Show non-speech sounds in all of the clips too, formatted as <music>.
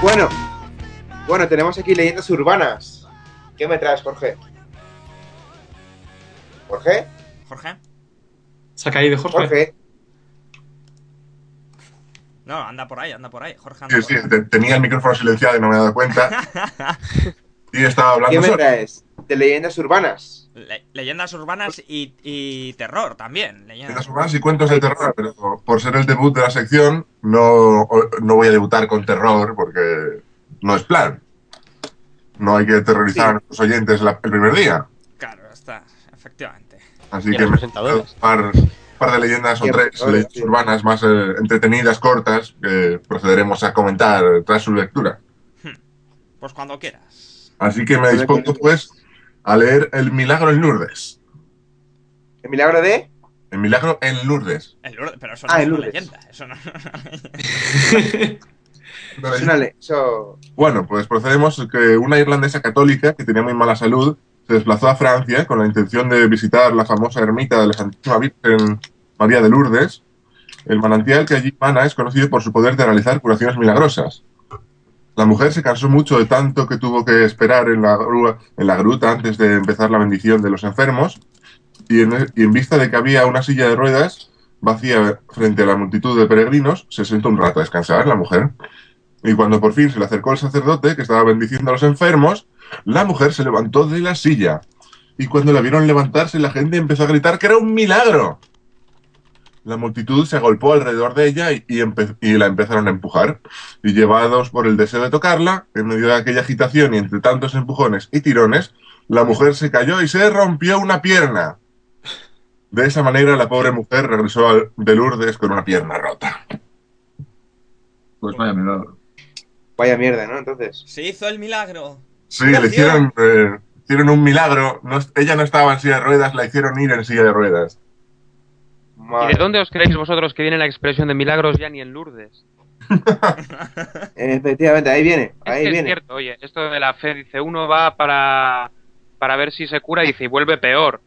Bueno, bueno, tenemos aquí leyendas urbanas. ¿Qué me traes, Jorge? ¿Jorge? Jorge. Se ha caído Jorge. Jorge. No, anda por ahí, anda por ahí. Jorge anda Sí, por ahí. sí, te- tenía el micrófono silenciado y no me he dado cuenta. Y estaba ¿Qué hablando me solo. traes? De leyendas urbanas. <laughs> Le- leyendas urbanas y, y terror también. Leyendas Leyendas urbanas y cuentos de terror, pero por ser el debut de la sección, no, no voy a debutar con terror porque no es plan. No hay que terrorizar Sí. a nuestros oyentes la- el primer día. Claro, está, efectivamente. Así Y a que los me <laughs> presentadores. un par, un par de leyendas o Y a los tres presentadores, leyendas sí. urbanas más eh, entretenidas, cortas, que procederemos a comentar tras su lectura. Pues cuando quieras. Así que me dispongo pues a leer El milagro en Lourdes. ¿El milagro de? El milagro en Lourdes. El Lourdes- pero eso no Ah, es el una Lourdes. leyenda. Eso no, <laughs> Es una le- eso- Bueno, pues procedemos que una irlandesa católica que tenía muy mala salud se desplazó a Francia con la intención de visitar la famosa ermita de la Santísima Virgen María de Lourdes. El manantial que allí mana es conocido por su poder de realizar curaciones milagrosas. La mujer se cansó mucho de tanto que tuvo que esperar en la, grúa- en la gruta antes de empezar la bendición de los enfermos y en, y en vista de que había una silla de ruedas vacía frente a la multitud de peregrinos, se sentó un rato a descansar la mujer. Y cuando por fin se le acercó el sacerdote, que estaba bendiciendo a los enfermos, la mujer se levantó de la silla. Y cuando la vieron levantarse, la gente empezó a gritar que era un milagro. La multitud se agolpó alrededor de ella y, y empe- y la empezaron a empujar. Y llevados por el deseo de tocarla, en medio de aquella agitación y entre tantos empujones y tirones, la mujer se cayó y se rompió una pierna. De esa manera, la pobre mujer regresó al- de Lourdes con una pierna rota. Pues vaya milagro. Vaya mierda, ¿no? Entonces. Se hizo el milagro. Sí, le hicieron, eh, hicieron un milagro. No es- ella no estaba en silla de ruedas, la hicieron ir en silla de ruedas. ¿Y madre- de dónde os creéis vosotros que viene la expresión de milagros ya ni en Lourdes? Efectivamente, ahí viene. Es Ahí que es viene. cierto, oye, esto de la fe, dice, uno va para, para ver si se cura y dice, y vuelve peor.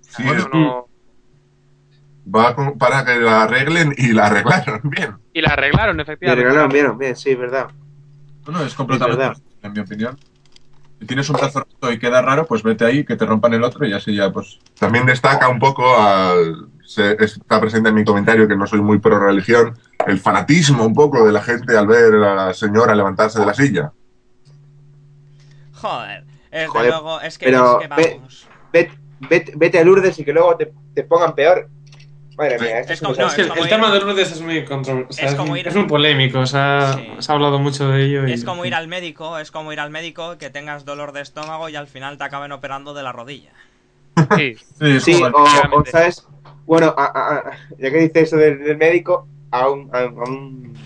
Sí, Bueno, es- no- va con- para que la arreglen y la arreglaron. <laughs> Bien. Y la arreglaron, Me efectivamente. regalaron, vieron, bien, sí, verdad. Bueno, es completamente, Es verdad. en mi opinión. Si tienes un brazo roto y queda raro, pues vete ahí, que te rompan el otro y así ya, pues. También destaca un poco, al- se- está presente en mi comentario que no soy muy pro religión, el fanatismo un poco de la gente al ver a la señora levantarse de la silla. Joder. Desde Joder, luego, es que, pero es que ve- vamos. Vete, vete, vete a Lourdes y que luego te, te pongan peor. Madre mía, esto es Es como- un no, Es que el, como desastre. ir- tema de Lourdes es muy contro- o sea, es es, como muy- ir- es muy polémico, o sea, Sí. se ha hablado mucho de ello. y- Es como ir al médico, es como ir al médico, que tengas dolor de estómago y al final te acaben operando de la rodilla. Sí, <laughs> Sí, es Sí, como o, el- o, sabes, bueno, a- a- a- ya que dice eso del, del médico, a un, a, un- a un,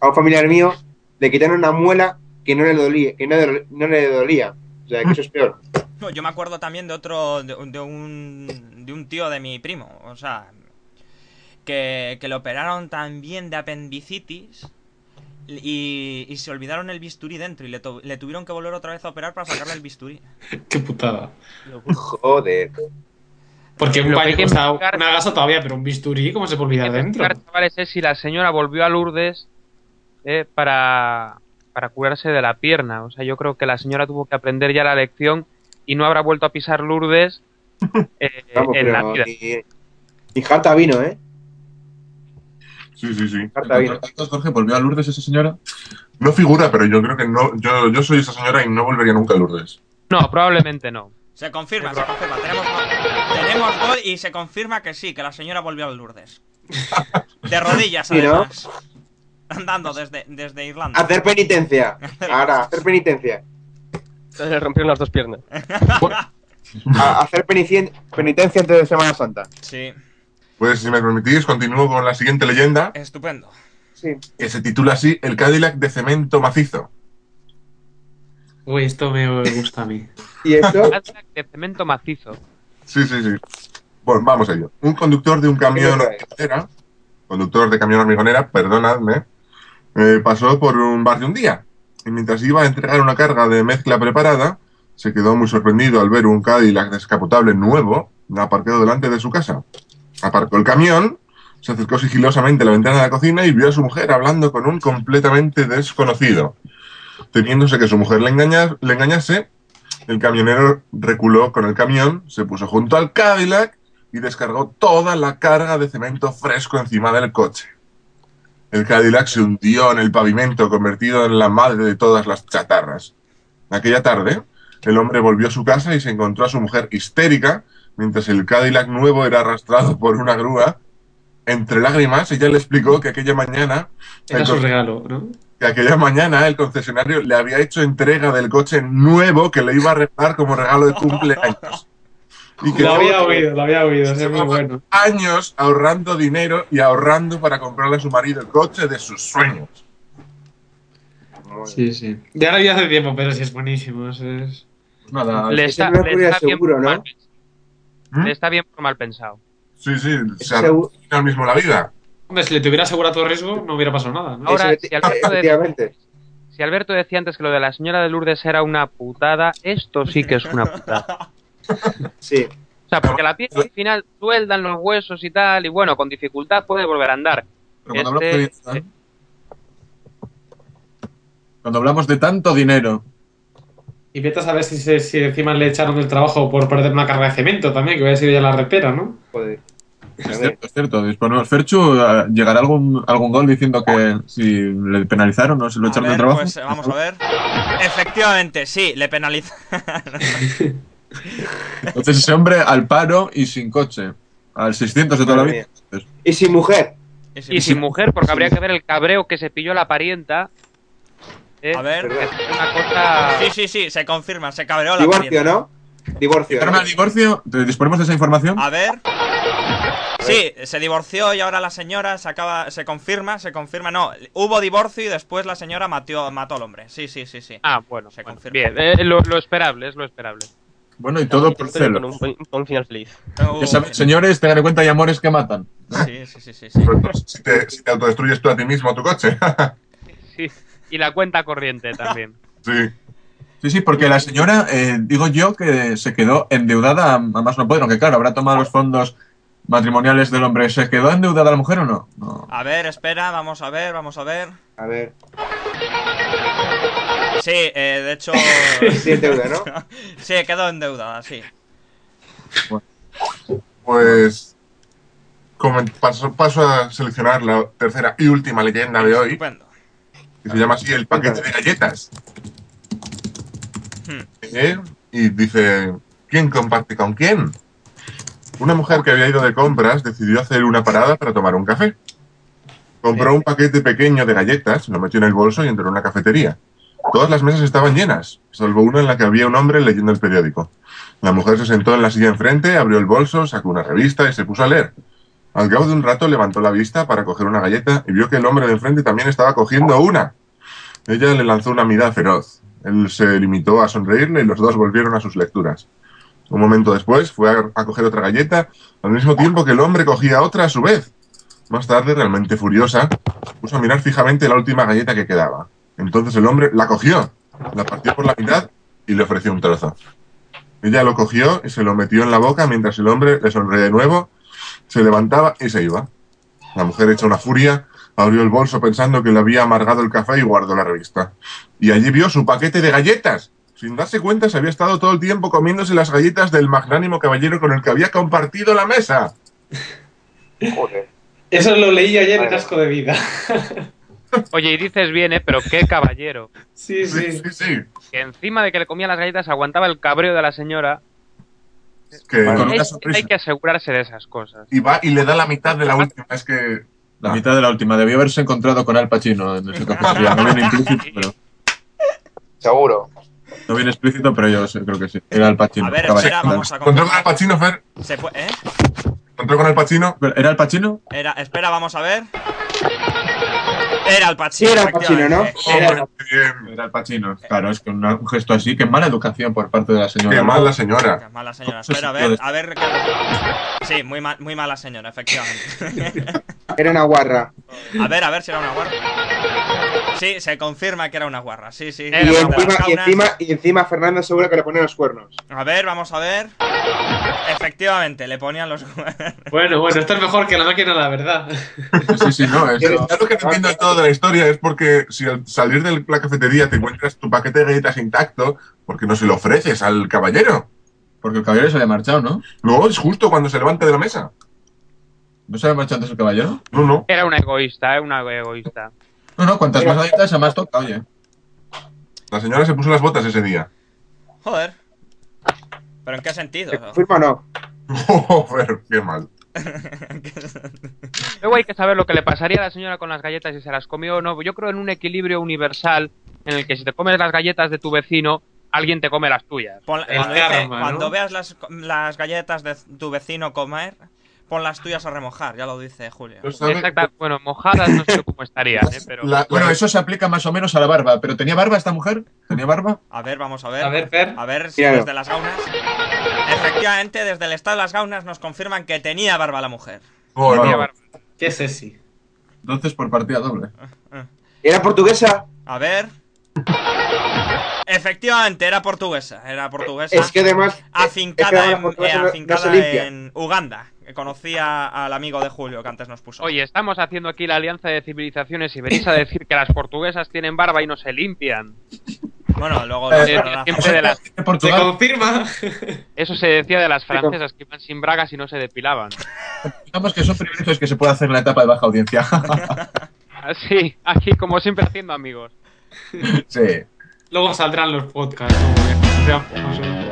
a un familiar mío le quitaron una muela que no le dolía, que no, le- no le dolía. O sea, que eso es <laughs> peor. No, yo me acuerdo también de otro, de, de un, de un tío de mi primo, o sea, que, que lo operaron también de apendicitis y, y se olvidaron el bisturí dentro y le, tu- le tuvieron que volver otra vez a operar para sacarle el bisturí. Qué putada. Joder. Porque un Lo que hay paño, que o sea, buscar- una gasa todavía, pero un bisturí, ¿cómo se puede olvidar dentro? Claro, chavales, es si la señora volvió a Lourdes eh, para, para curarse de la pierna. O sea, yo creo que la señora tuvo que aprender ya la lección y no habrá vuelto a pisar <laughs> Lourdes eh, Vamos, en la pero vida. ni, ni jarta vino, ¿eh? Sí, sí, sí. Jarta vino. Entonces, Jorge, ¿volvió a Lourdes esa señora? No figura, pero yo creo que no. Yo, yo soy esa señora y no volvería nunca a Lourdes. No, probablemente no. Se confirma, se confirma, tenemos, tenemos gol y se confirma que sí, que la señora volvió a Lourdes. De rodillas Sí, ¿no? además. andando desde, desde Irlanda. Hacer penitencia. Ahora, hacer penitencia. Le rompieron las dos piernas. A- hacer penicien- penitencia antes de Semana Santa. Sí, Pues si me permitís, continúo con la siguiente leyenda, estupendo. Sí. que se titula así El Cadillac de cemento macizo. Uy, esto me gusta a mí. ¿Y <laughs> esto? Cadillac de cemento macizo. Sí, sí, sí. Bueno, vamos a ello. Un conductor de un camión ¿Qué hormigonera, conductor de camión hormigonera, perdonadme, eh, pasó por un barrio un día. Y mientras iba a entregar una carga de mezcla preparada, se quedó muy sorprendido al ver un Cadillac descapotable nuevo aparcado delante de su casa. Aparcó el camión, se acercó sigilosamente a la ventana de la cocina y vio a su mujer hablando con un completamente desconocido. Temiéndose que su mujer le, engaña- le engañase, el camionero reculó con el camión, se puso junto al Cadillac y descargó toda la carga de cemento fresco encima del coche. El Cadillac se hundió en el pavimento, convertido en la madre de todas las chatarras. Aquella tarde, el hombre volvió a su casa y se encontró a su mujer histérica, mientras el Cadillac nuevo era arrastrado por una grúa. Entre lágrimas, ella le explicó que aquella mañana Era el su co- regalo, ¿no? que aquella mañana el concesionario le había hecho entrega del coche nuevo que le iba a regalar como regalo de cumpleaños. Y que Lo había llevaba oído, lo había oído, es muy llevaba bueno. años ahorrando dinero y ahorrando para comprarle a su marido el coche de sus sueños. Sí, sí. Ya lo había hace tiempo, pero sí es buenísimo. es- es- Nada, Le Ese está, no es le muy está bien seguro, por ¿no? mal pensado. ¿Mm? ¿Eh? Le está bien por mal pensado. Sí, sí, se Ese u- arruina mismo la vida. Hombre, si le tuviera asegurado todo riesgo, no hubiera pasado nada, ¿no? Ahora, efecti- si Alberto de- efectivamente. Si Alberto decía antes que lo de la señora de Lourdes era una putada, esto sí que es una putada. <laughs> Sí. O sea, porque la pieza al final sueldan los huesos y tal, y bueno, con dificultad puede volver a andar. Pero cuando, Este- hablamos de, cuando hablamos de tanto dinero, Y vete a saber si, se- si encima le echaron del trabajo por perder una carga de cemento también, que hubiera sido ya la repera, ¿no? Joder. es cierto, es cierto. Disponemos Ferchu, eh, llegará algún, algún gol diciendo que si le penalizaron o se lo A echaron ver, de trabajo. Pues eh, vamos a ver. Efectivamente, sí, le penaliza. <laughs> Entonces ese hombre al paro y sin coche. Al 600 de toda la Madre vida. mía. Y sin mujer. Y si- Y sin mujer, porque habría que ver el cabreo que se pilló la parienta. ¿eh? A ver. Perdón. Es una cosa... Sí, sí, sí, se confirma, se cabreó la Divorcio, parienta. ¿no? Divorcio. ¿Llegaron ¿no? al divorcio? ¿Te- ¿Disponemos de esa información? Ah, A ver. Sí, se divorció y ahora la señora se acaba. Se confirma, se confirma. No, hubo divorcio y después la señora mató, mató al hombre. Sí, sí, sí, sí. Ah, bueno, Se bueno, confirma. bien, eh, lo, lo esperable, es lo esperable. Bueno, y todo por Historia Con celo. un, buen- con un final feliz. Uh, Ya saben, señores, tengan en cuenta, hay amores que matan. Sí, sí, sí, sí. sí. Pero entonces, si, te, si te autodestruyes tú a ti mismo tu coche. <laughs> Sí. Y la cuenta corriente también. sí. Sí, sí, porque la señora, eh, digo yo, que se quedó endeudada a, a más no poder, aunque claro, habrá tomado los fondos matrimoniales del hombre. ¿Se quedó endeudada la mujer o no? No. A ver, espera, vamos a ver, vamos a ver. A ver. Sí, eh, de hecho. Sí, deuda, ¿no? sí, quedó endeudada, sí. Pues como paso, paso a seleccionar la tercera y última leyenda de hoy, Estupendo. que se llama así el paquete de galletas. Hmm. ¿Eh? Y dice, ¿quién comparte con quién? Una mujer que había ido de compras decidió hacer una parada para tomar un café. Compró un paquete pequeño de galletas, lo metió en el bolso y entró en una cafetería. Todas las mesas estaban llenas, salvo una en la que había un hombre leyendo el periódico. La mujer se sentó en la silla enfrente, abrió el bolso, sacó una revista y se puso a leer. Al cabo de un rato levantó la vista para coger una galleta y vio que el hombre de enfrente también estaba cogiendo una. Ella le lanzó una mirada feroz. Él se limitó a sonreírle y los dos volvieron a sus lecturas. Un momento después fue a, a coger otra galleta, al mismo tiempo que el hombre cogía otra a su vez. Más tarde, realmente furiosa, puso a mirar fijamente la última galleta que quedaba. Entonces el hombre la cogió, la partió por la mitad y le ofreció un trozo. Ella lo cogió y se lo metió en la boca mientras el hombre le sonreía de nuevo, se levantaba y se iba. La mujer, hecha una furia, abrió el bolso pensando que le había amargado el café y guardó la revista. Y allí vio su paquete de galletas. Sin darse cuenta, se había estado todo el tiempo comiéndose las galletas del magnánimo caballero con el que había compartido la mesa. Joder. Eso lo leí yo ayer en Vale. Asco de Vida. <laughs> Oye, y dices bien, ¿eh? Pero qué caballero. Sí, sí. sí, sí. Que encima de que le comía las galletas aguantaba el cabreo de la señora. Que Vale. con Hay, una hay sonrisa. que asegurarse de esas cosas. Y va y le da la mitad de la última. Es que La mitad de la última. Debió haberse encontrado con Al Pacino en ese cafetería. <laughs> No viene implícito, pero, Seguro. no viene explícito, pero yo sé, creo que sí. Era Al Pacino. A ver, Estaba ahí. espera, vamos a Encontró con Al confirmar. Pacino, Fer. Se fue- ¿eh? Encontró con Al Pacino. Pero, ¿Era Al Pacino? Era, espera, vamos a ver. Era el Sí, Pachino. era un Pacino, ¿no? Era- Era Al Pacino. Eh. Claro, es que una- un gesto así. Qué mala educación por parte de la señora. Qué mal la señora. Mala señora. Espera, a ver, a ver. Sí, muy, mal, muy mala señora, efectivamente. <laughs> Era una guarra. A ver, a ver si era una guarra. Sí, se confirma que era una guarra. Sí, sí. Y Era una encima, guarra. y, encima, y encima Fernando seguro que le pone los cuernos. A ver, vamos a ver. Efectivamente, le ponían los <laughs> cuernos. Bueno, bueno, esto es mejor que la máquina de la verdad. Sí, sí, <laughs> no. es- Yo lo que no entiendo del todo de la historia es porque si al salir de la cafetería te encuentras tu paquete de galletas intacto, ¿por qué no se lo ofreces al caballero? Porque el caballero se había marchado, ¿no? No, es justo cuando se levanta de la mesa. ¿No se había marchado antes el caballero? No, no. Era una egoísta, eh, una egoísta. No, no. Cuantas más galletas, a más toca, oye. La señora se puso las botas ese día. <laughs> Joder. ¿Pero en qué sentido? ¿Se confirma o no? Oh, Fer, qué mal. Luego hay que saber lo que le pasaría a la señora con las galletas si se las comió o no. Yo creo en un equilibrio universal en el que si te comes las galletas de tu vecino, alguien te come las tuyas. Pon- El cuando, dice, karma, ¿no? cuando veas las, las galletas de tu vecino comer, pon las tuyas a remojar, ya lo dice Julio. No sabe- Exacta, bueno, mojadas no sé cómo estarían, eh, pero La- Bueno, la- eso se aplica más o menos a la barba. ¿Pero tenía barba esta mujer? ¿Tenía barba? A ver, vamos a ver. A ver, Fer. A ver si Míralo. desde las gaunas. Efectivamente, desde el estado de las gaunas nos confirman que tenía barba la mujer. Oh, tenía no. barba. Qué sexy. Entonces, por partida doble. ¿Era portuguesa? A ver. Efectivamente, era portuguesa. Era portuguesa. Es que además. Ah, es que afincada además la en, portuguesa eh, no- no afincada se limpia. en Uganda. que Conocía al amigo de Julio que antes nos puso. Oye, estamos haciendo aquí la alianza de civilizaciones y venís a decir que las portuguesas tienen barba y no se limpian. Bueno, luego Eh, nos Eh, dará siempre de las- De Se Portugal. confirma. eso se decía de las francesas que iban sin bragas y no se depilaban. Digamos que son privilegios que se puede hacer en la etapa de baja audiencia. Así, aquí como siempre haciendo amigos. sí. Luego saldrán los podcasts. ¿no? Porque-